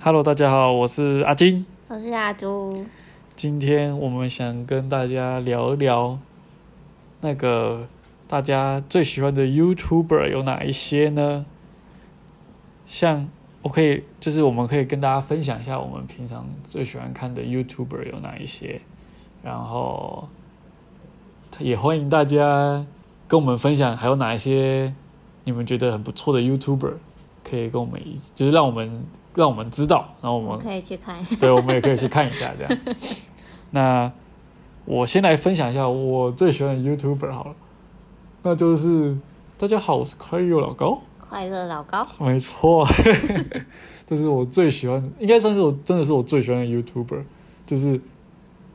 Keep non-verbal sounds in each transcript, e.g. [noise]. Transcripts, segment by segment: Hello，大家好，我是阿金。我是阿朱，今天我们想跟大家聊一聊那个大家最喜欢的 YouTuber 有哪一些呢？像我可以，就是我们可以跟大家分享一下我们平常最喜欢看的 YouTuber 有哪一些，然后也欢迎大家跟我们分享还有哪一些你们觉得很不错的 YouTuber，可以跟我们一，就是让我们让我们知道，然后我我们可以去看。对，我们也可以去看一下这样。那我先来分享一下我最喜欢的 YouTuber 好了，那就是大家好，我是快乐老高，快乐老高，没错， [laughs] 这是我最喜欢，应该算是我真的是我最喜欢的 YouTuber，就是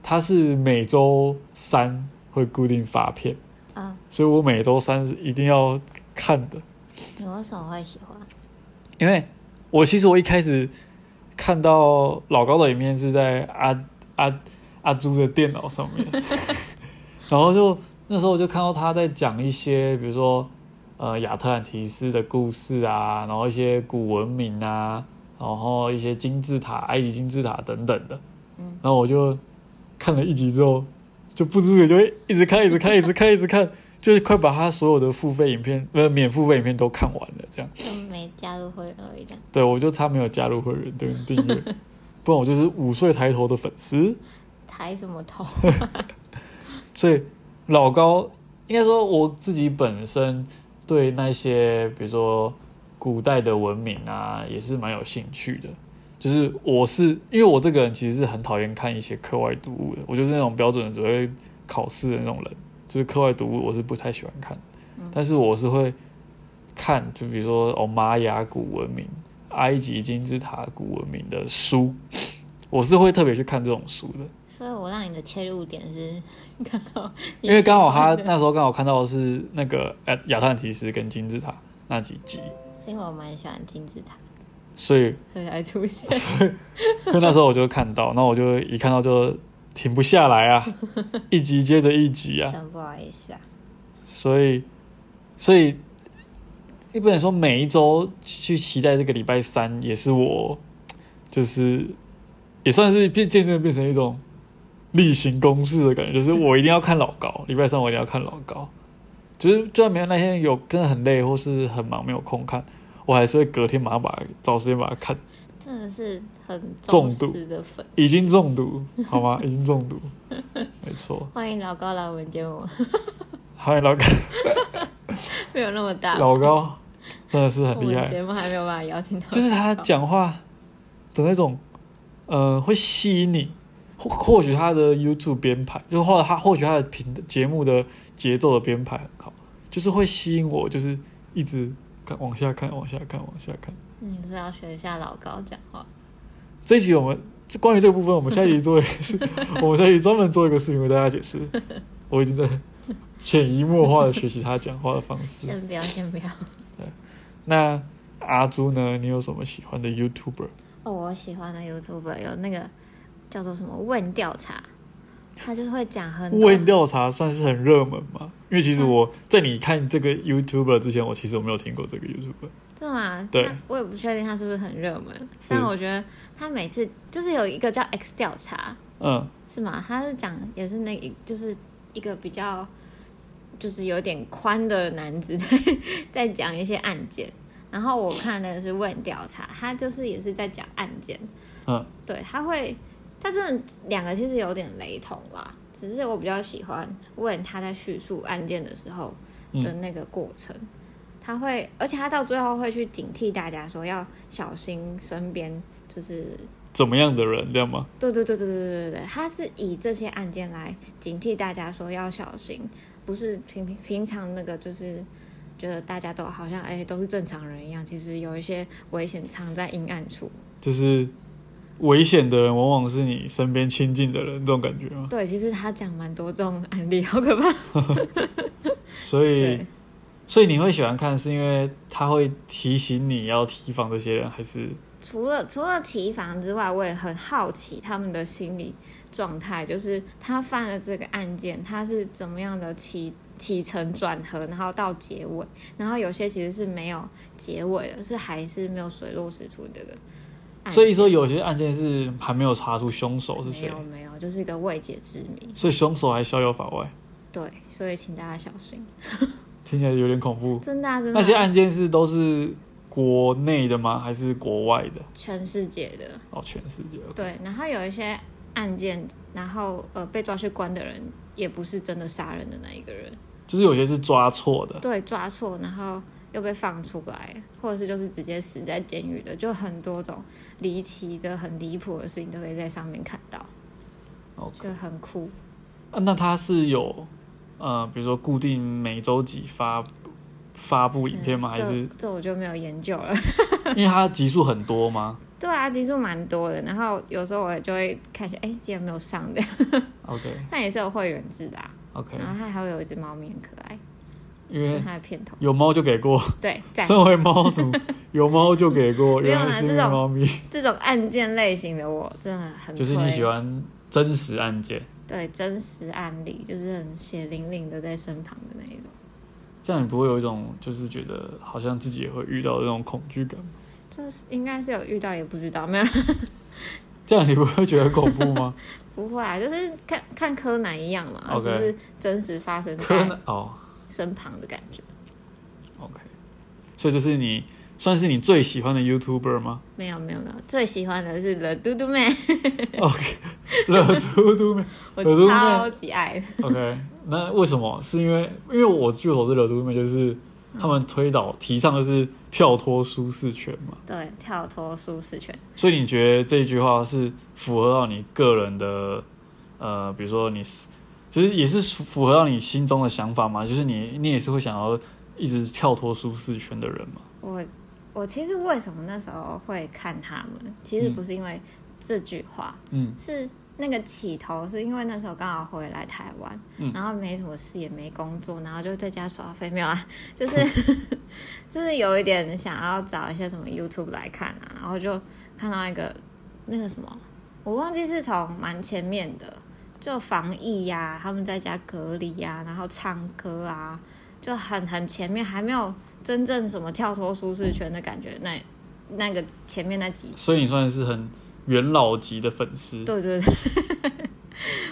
他是每周三会固定发片，啊，所以我每周三是一定要看的。你为什么会喜欢？因为我其实我一开始看到老高的影片是在阿阿阿朱的电脑上面，然后就那时候我就看到他在讲一些，比如说呃亚特兰提斯的故事啊，然后一些古文明啊，然后一些金字塔、埃及金字塔等等的，嗯然后我就看了一集之后，就不知不觉就会一直看、一直看、一直看、一直看，就是快把他所有的付费影片、呃免付费影片都看完了这样。就没加入会员而已，这样对，我就差没有加入会员跟订阅，不然我就是五岁抬头的粉丝。抬什么 [laughs] 头？所以老高应该说我自己本身对那些比如说古代的文明啊，也是蛮有兴趣的。就是我是因为我这个人其实是很讨厌看一些课外读物的，我就是那种标准的只会考试的那种人，就是课外读物我是不太喜欢看，但是我是会看，就比如说哦玛雅古文明、埃及金字塔古文明的书，我是会特别去看这种书的。所以我让你的切入点是刚好你喜欢的，因为刚好他那时候刚好看到的是那个呃亚特兰提斯跟金字塔那几集，是因为我蛮喜欢金字塔，所以所以才出现。 [laughs] 所以那时候我就看到，那我就一看到就停不下来啊，一集接着一集啊，真不好意思啊，所以所以你不能说每一周去期待这个礼拜三，也是我就是也算是变渐渐变成一种例行公事的感觉，就是我一定要看老高，礼拜三我一定要看老高。就是就算没有那天有真的很累或是很忙没有空看，我还是会隔天马上把它找时间把它看，真的是很重重度视的粉。已经中毒好吗？已经中毒，没错。欢迎老高来我们节目，欢迎老高，没有那么大，老高真的是很我厉害们。节目还没有办法邀请到， [laughs] 就是他讲话的那种，呃，会吸引你。或或许他的 YouTube 编排，就或者他或许他的频节目的节奏的编排很好，就是会吸引我，就是一直看往下看，往下看，往下看。你是要学一下老高讲话，这一集我们这关于这个部分，我们下一集做一个事， [laughs] 我们下一集专门做一个事情为大家解释。我已经在潜移默化的学习他讲话的方 [laughs] 式。先不要，先不要。那阿朱呢？你有什么喜欢的 YouTuber？哦，我喜欢的 YouTuber 有那个叫做什么问调查，他就是会讲很多问调查算是很热门吗？因为其嗯实我在你看这个 YouTuber 之前，我其实我没有听过这个 YouTuber。是吗？对嗯他，我也不确定他是不是很热门，但我觉得他每次就是有一个叫 X 调查，嗯，是吗？他是讲也是那一就是一个比较就是有点宽的男子 [laughs] 在在讲一些案件，然后我看的是问调查，他就是也是在讲案件，嗯，对，他会他真的两个其实有点雷同啦，只是我比较喜欢问他在叙述案件的时候的那个过程。他会，而且他到最后会去警惕大家说要小心身边就是怎么样的人这样吗？对对对对对对对对，他是以这些案件来警惕大家说要小心，不是平平平常那个就是觉得大家都好像哎、都是正常人一样，其实有一些危险藏在阴暗处。就是危险的人往往是你身边亲近的人，这种感觉吗？对，其实他讲蛮多这种案例，好可怕。所以对，，所以你会喜欢看，是因为他会提醒你要提防这些人，还是除了除了提防之外，我也很好奇他们的心理状态，就是他犯了这个案件，他是怎么样的起起承转合，然后到结尾，然后有些其实是没有结尾的，是还是没有水落石出的。案所以说有些案件是还没有查出凶手是没谁有，没有，就是一个未解之谜。所以凶手还逍遥法外，对，所以请大家小心，听起来有点恐怖。真的、啊、真的那些啊、案件是都是国内的吗？还是国外的？全世界的。哦，全世界。对，然后有一些案件，然后呃被抓去关的人也不是真的杀人的那一个人，就是有些是抓错的，对，抓错，然后又被放出来，或者是就是直接死在监狱的，就很多种离奇的、很离谱的事情都可以在上面看到， OK 就很酷。啊那它是有呃，比如说固定每周几发发布影片吗？还是嗯这这我就没 [laughs] 有研究了。 [laughs] 因为它集数很多吗对啊，集数蛮多的，然后有时候我就会看一下，哎、竟然没有上的， [laughs] ？OK 但也是有会员制的、啊。 OK，然后它还会有一只猫咪很可爱，因就是为它的片头。有猫就给过，对，在身为猫 [laughs] 奴有猫就给过，没有原啦来是因这为种猫咪，这种案件类型的我真的很就是你推喜欢真实案件，对真实案例，就是很血淋淋的在身旁的那一种。这样你不会有一种就是觉得好像自己也会遇到的那种恐惧感吗，这是应该是有遇到，也不知道没有，这样你不会觉得很恐怖 [laughs] 吗？不会啊，就是看看柯南一样嘛 OK 只是真实发生可在能哦身旁的感觉。 ，OK，所以这是你算是你最喜欢的 YouTuber 吗？没有没有没有，最喜欢的是 The Dodo Man， OK，惹 [laughs] 嘟嘟妹。我 The Dodo Man 超级爱的。 OK，那为什么？是因为因为我据我所知，惹嘟妹就是他们推导提倡的是跳脱舒适圈嘛，对，跳脱舒适圈，所以你觉得这一句话是符合到你个人的呃，比如说你是其实也是符合到你心中的想法嘛，就是你你也是会想要一直跳脱舒适圈的人嘛。我我其实为什么那时候会看他们，其实嗯不是因为这句话，嗯是那个起头是因为那时候刚好回来台湾，嗯然后没什么事也没工作，然后就在家耍废，没 [laughs] 有啊，就是 [laughs] 就是有一点想要找一些什么 YouTube 来看啊，然后就看到一个那个什么，我忘记是从蛮前面的，就防疫呀、他们在家隔离呀、然后唱歌啊，就很很前面还没有真正什么跳脱舒适圈的感觉，那那个前面那几所以你算是很元老级的粉丝。对对对，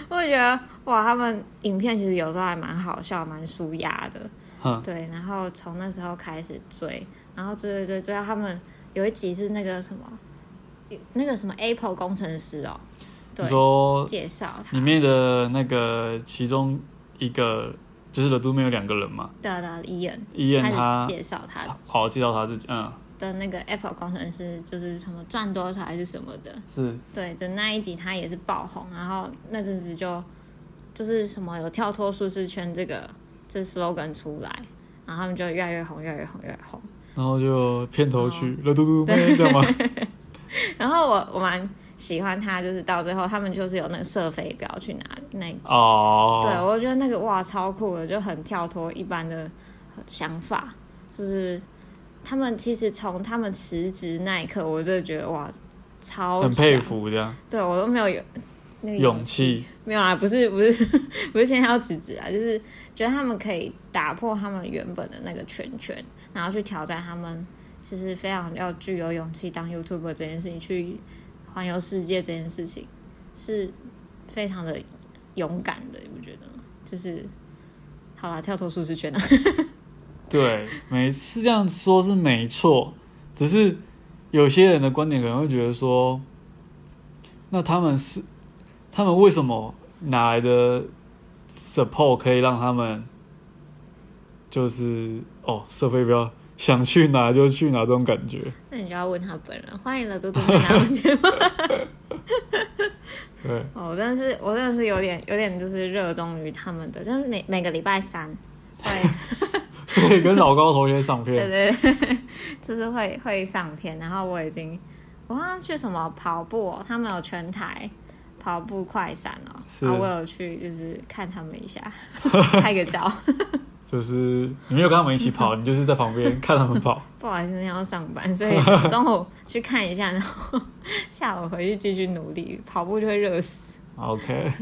我觉得哇，他们影片其实有时候还蛮好笑、蛮舒压的。哼，对，然后从那时候开始追，然后追追追追到他们有一集是那个什么，那个什么 Apple 工程师哦，你对，说嗯介绍他里，面的那个其中一个就是冷都没有两个人嘛，对啊对啊，伊恩，伊恩开他始介绍他好介绍他自己，嗯，的那个 Apple 工程师就是什么赚多少还是什么的，是对的那一集他也是爆红，然后那阵子就就是什么有跳脱舒适圈这个这 slogan 出来，然后他们就越来越红，越来越红，越来越红。 [laughs] 然后就片头曲了嘟嘟妹这样 [laughs] 吗？然后我我蛮喜欢他，就是到最后他们就是有那个射飞镖去拿那一集，对哦，我觉得那个哇超酷的，就很跳脱一般的想法，就是他们其实从他们辞职那一刻，我就觉得哇超很佩强，服这样，对我都没有有那个勇气没有啦，不是 [laughs] 不是不是现在要辞职啊，就是觉得他们可以打破他们原本的那个圈圈，然后去挑战他们，就是非常要具有勇气当 YouTuber 这件事情，去环游世界这件事情是非常的勇敢的，你不觉得吗？就是好啦，跳脱舒适圈啊， [laughs] 对，没是这样说，是没错，只是有些人的观点可能会觉得说，那他们是他们为什么哪来的 support 可以让他们就是哦射飞镖想去哪就去哪这种感觉？那你就要问他本人，欢迎了多多来我节目。对，哦， [laughs] 我真的是，我真的是有点有点就是热衷于他们的，就是每每个礼拜三会。所以跟老高同学上片，对对对， [laughs] 就是会会上片，然后我已经，我好像去什么跑步、哦，他们有全台跑步快闪哦，是然后我有去就是看他们一下，拍个照。就是你没有跟他们一起跑，你就是在旁边看他们跑。不好意思，那天要上班，所以中午去看一下，然后 [laughs] 下午回去继续努力，跑步就会热死。 OK，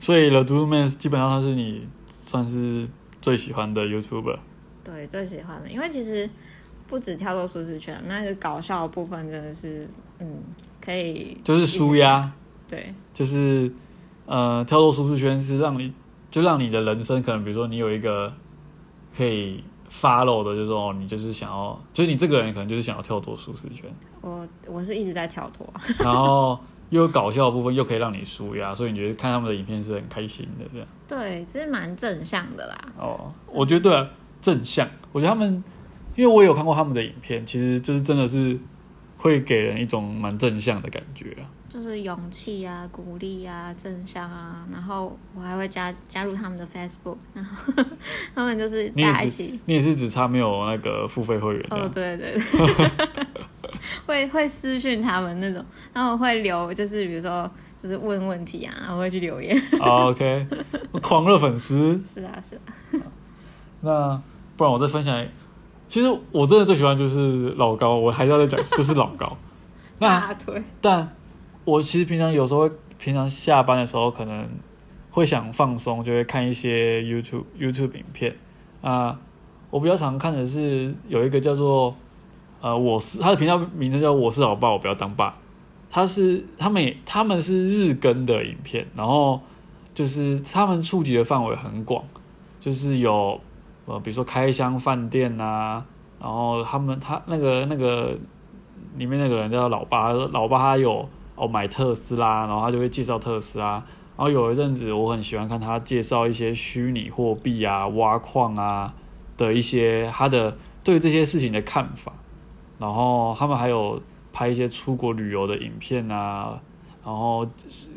所以 The d o Man 基本上他是你算是最喜欢的 YouTuber。对，最喜欢的，因为其实不止跳脱舒适圈，那个搞笑的部分真的是，嗯，可以就是舒压，对就是呃跳脱舒适圈是让你就让你的人生可能比如说你有一个可以 follow 的，就是说哦你就是想要，就是你这个人可能就是想要跳脱舒适圈，我我是一直在跳脱啊，然后又有搞笑的部分又可以让你舒压，所以你觉得看他们的影片是很开心的这样。对，其实蛮正向的啦。哦，我觉得对、啊、正向，我觉得他们，因为我有看过他们的影片，其实就是真的是会给人一种蛮正向的感觉啊。就是勇气啊、鼓励啊、正向啊，然后我还会加加入他们的 Facebook，然后 [laughs] 他们就是你也大家一只起，你也是只差没有那个付费会员这哦，样。对对对， [laughs] 会会私讯他们那种，然后会留，就是比如说就是问问题啊，然后会去留言。 [laughs] 好啊 OK，狂热粉丝。是啊是啊，那不然我再分享一，其实我真的最喜欢就是老高，我还是要再讲，就是老高。那大腿但我其实平常有时候会，平常下班的时候可能会想放松，就会看一些 YouTube YouTube 影片啊、我比较常看的是有一个叫做呃，我是他的频道名称叫“我是老爸，我不要当爸”。他是他们也他们是日更的影片，然后就是他们触及的范围很广，就是有呃，比如说开箱饭店啊，然后他们他那个那个里面那个人叫老爸，他说老爸他有哦买特斯拉，然后他就会介绍特斯拉。然后有一阵子我很喜欢看他介绍一些虚拟货币啊、挖矿啊的一些他的对这些事情的看法。然后他们还有拍一些出国旅游的影片啊，然后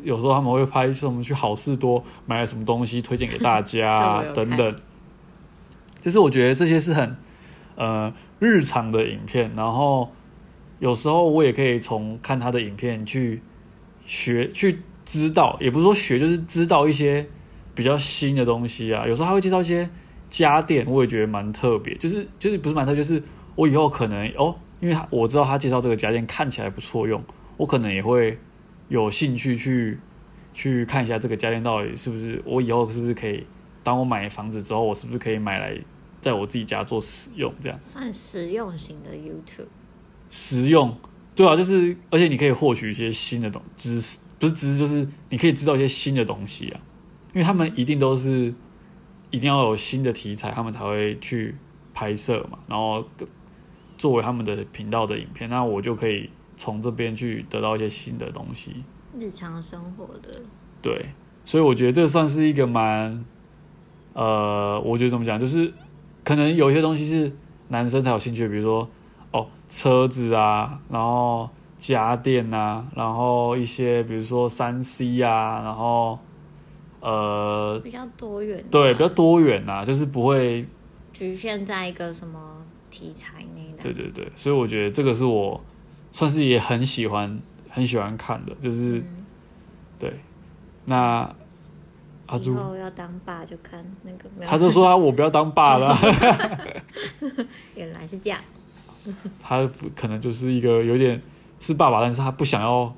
有时候他们会拍什么去好事多买了什么东西推荐给大家啊 [laughs] 这我有等看等。就是我觉得这些是很呃日常的影片，然后有时候我也可以从看他的影片去学，去知道，也不是说学，就是知道一些比较新的东西啊。有时候他会介绍一些家电，我也觉得蛮特别，就是就是不是蛮特别，就是我以后可能哦，因为他我知道他介绍这个家电看起来不错用，我可能也会有兴趣去去看一下这个家电到底是不是我以后是不是可以，当我买房子之后，我是不是可以买来在我自己家做使用这样。算实用型的 YouTube，实用，对啊，就是而且你可以获取一些新的东知识，不是知识，就是你可以知道一些新的东西啊，因为他们一定都是一定要有新的题材，他们才会去拍摄嘛，然后作为他们的频道的影片，那我就可以从这边去得到一些新的东西，日常生活的对，所以我觉得这算是一个蛮，呃，我觉得怎么讲，就是可能有一些东西是男生才有兴趣的，比如说哦车子啊，然后家电啊，然后一些比如说三 C 啊，然后呃，比较多元的啊，对，比较多元啊，就是不会局限在一个什么题材内的。啊对对对，所以我觉得这个是我算是也很喜欢很喜欢看的，就是、嗯对，那阿以朱。后要当爸就看那个没有，他就说啊，我不要当爸 [laughs] 了啊、原来是这样，他不可能就是一个有点是爸爸，但是他不想要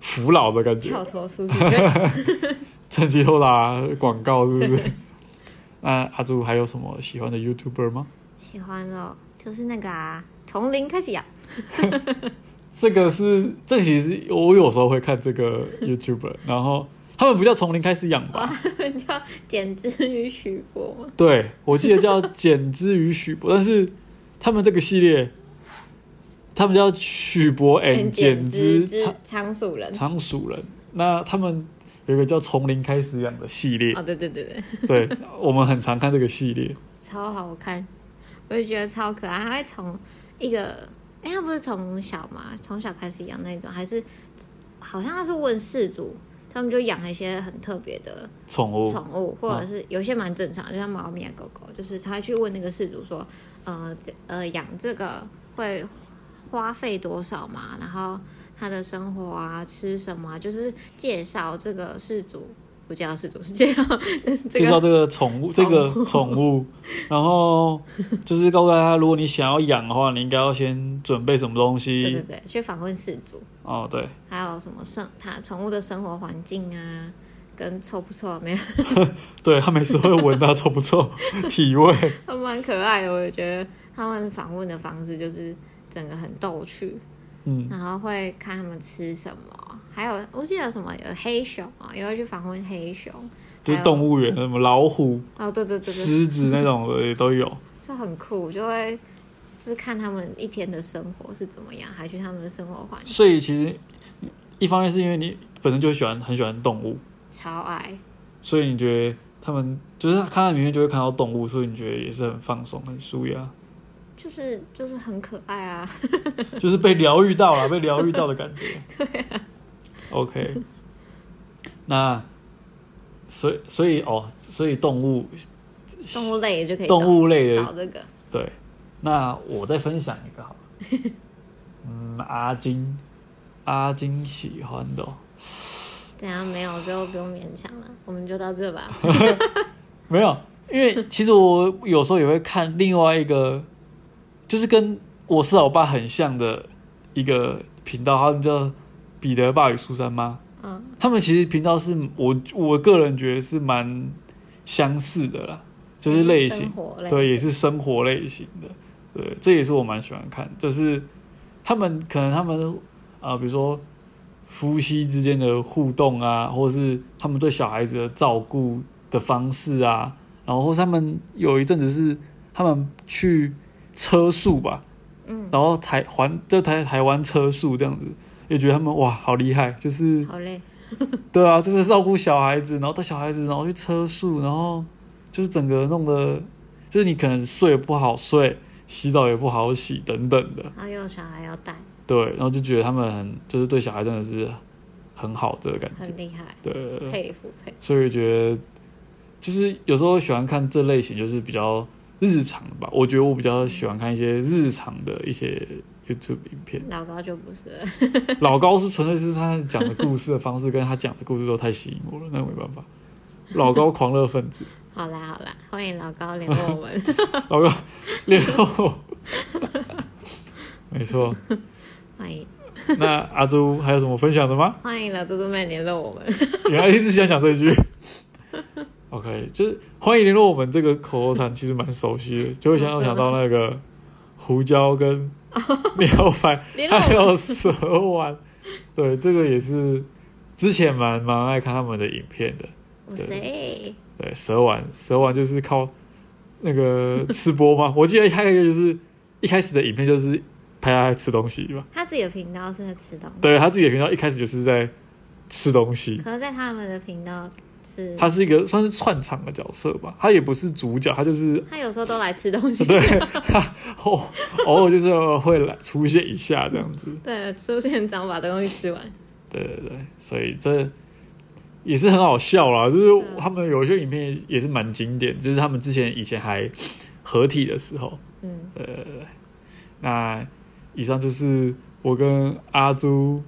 服老的感觉。跳脱舒适圈。趁机偷打广告是 [laughs] 不是？那阿朱还有什么喜欢的 YouTuber 吗？ [laughs] 喜欢哦，就是那个啊，从零开始养。 [laughs] 这个是这其实是我有时候会看这个 YouTuber，然后他们不叫从零开始养哦吧？叫简之于许博吗？对，我记得叫简之与许 [laughs] 博，但是他们这个系列，他们叫许博 and 简之哎之仓仓鼠人。仓鼠人。那他们有一个叫从零开始养的系列哦，，对对对对，对，我们很常看这个系列。超好看，我就觉得超可爱。他会从一个，哎，他不是从小嘛，从小开始养那种，还是好像他是问事主，他们就养一些很特别的宠物，嗯宠物，或者是有些蛮正常的，就像猫咪啊、狗狗，就是他去问那个事主说，呃，这呃养这个会花费多少嘛？然后他的生活啊、吃什么啊、就是介绍这个事主，不介绍事主是介绍 [laughs] 这介绍个这个宠 [laughs] 物，这个宠物，然后就是告诉大家，如果你想要养的话，你应该要先准备什么东对对西。对，去访问事主，哦，对，还有什么生他宠物的生活环境啊，跟臭不臭没有，对他每次会闻到臭不臭 [laughs] 体味，还蛮可爱的。我也觉得他们访问的方式就是整个很逗趣，嗯，然后会看他们吃什么，还有我记得有什么有黑熊啊，也会去访问黑熊，就是动物物园什么老虎、哦，对对对对，狮子那种的也都有。就很酷，就会就是看他们一天的生活是怎么样，还去他们的生活环境，所以其实一方面是因为你本身就喜欢很喜欢动物，超爱。所以你觉得他们就是看到里面就会看到动物，所以你觉得也是很放松、很舒压， [laughs] 就是就是很可爱啊，就是被疗愈到了，被疗愈到的感 [laughs] 觉。对、OK，那所以所以哦，所以动物动物类就可以找动物类的找这个对，那我再分享一个好了。 [laughs] 嗯，阿金，阿金喜欢的哦、怎样没有就不用勉强了，我们就到这吧。没有，因为其实我有时候也会看另外一个，就是跟我是老爸很像的一个频道，他们叫彼得爸与苏珊妈。嗯，他们其实频道是我我个人觉得是蛮相似的啦，就是类型生，活类对，也型是生活类型的，对，这也是我蛮喜欢看，就是他们可能他们啊、呃比如说夫妻之间的互动啊，或是他们对小孩子的照顾的方式啊，然后或是他们有一阵子是他们去车速吧，嗯，然后台环就台台湾车速这样子，也觉得他们哇好厉害，就是好累，对啊，就是照顾小孩子，然后带小孩子，然后去车宿，然后就是整个弄得，就是你可能睡不好睡，洗澡也不好洗等等的，然后又有小孩要带，对，然后就觉得他们很就是对小孩真的是很好的感觉很，厉害，对，佩服佩服。所以觉得就是有时候喜欢看这类型，就是比较日常的吧。我觉得我比较喜欢看一些日常的一些 YouTube 影片，老高就不是了，老高是纯粹是他讲的故事的方式跟他讲的故事都太吸引我了，那没办法。老高狂热分子， [laughs] 好啦好啦，欢迎老高联络我们。老高联络我，没错。欢迎那阿朱还有什么分享的吗？欢迎老嘟嘟妹联络我们，原来一直想讲这一句。OK，就是欢迎联络我们这个口头禅，其实蛮熟悉的，就会想到想到那个胡椒跟牛排， [laughs] 联络还我们有蛇丸。对，这个也是之前蛮蛮爱看他们的影片的。我谁？对，蛇丸，蛇丸就是靠那个吃播嘛。我记得还有一个就是一开始的影片就是拍他在吃东西嘛。他自己的频道是在吃东西，对他自己的频道一开始就是在吃东西，可是在他们的频道吃，他是一个算是串场的角色吧，他也不是主角，他就是他有时候都来吃东西，对， [laughs] 他偶偶尔就是会来出现一下这样子。对，出现长把东西吃完，对对对，所以这也是很好笑啦。就是他们有一些影片也是蛮经典，就是他们之前以前还合体的时候。嗯，呃，那以上就是我跟阿朱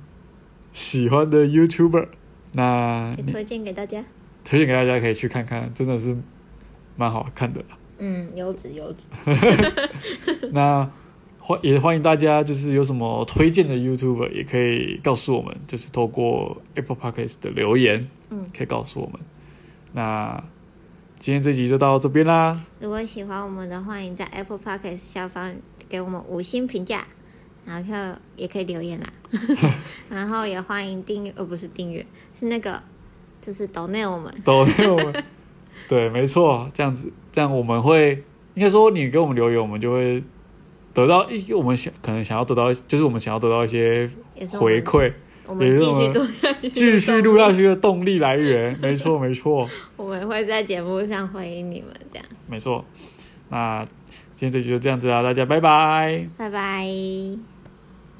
喜欢的 YouTuber，那也你推荐给大家。推荐给大家可以去看看，真的是蛮好看的啦。嗯，优质优质， [laughs] 那欢也欢迎大家，就是有什么推荐的 YouTuber 也可以告诉我们，就是透过 Apple Podcast 的留言，嗯，可以告诉我们。那今天这集就到这边 [laughs] 啦，如果喜欢我们的，欢迎在 Apple Podcast 下方给我们五星评价，然后也可以 [laughs] 留言啦。然后也欢迎订阅，呃，不是订阅，是那个就是抖内我们，抖内我们，对，没错，这样子，这样我们会应该说你给我们留言，我们就会得到一我们想可能想要得到，就是我们想要得到一些也是我回们馈，我们继续做下去，继续录下去的动力来源。没错，没错， [laughs] 我们会在节目上回应你们，这样，没错。那今天这局就这样子啦，大家拜拜。拜拜。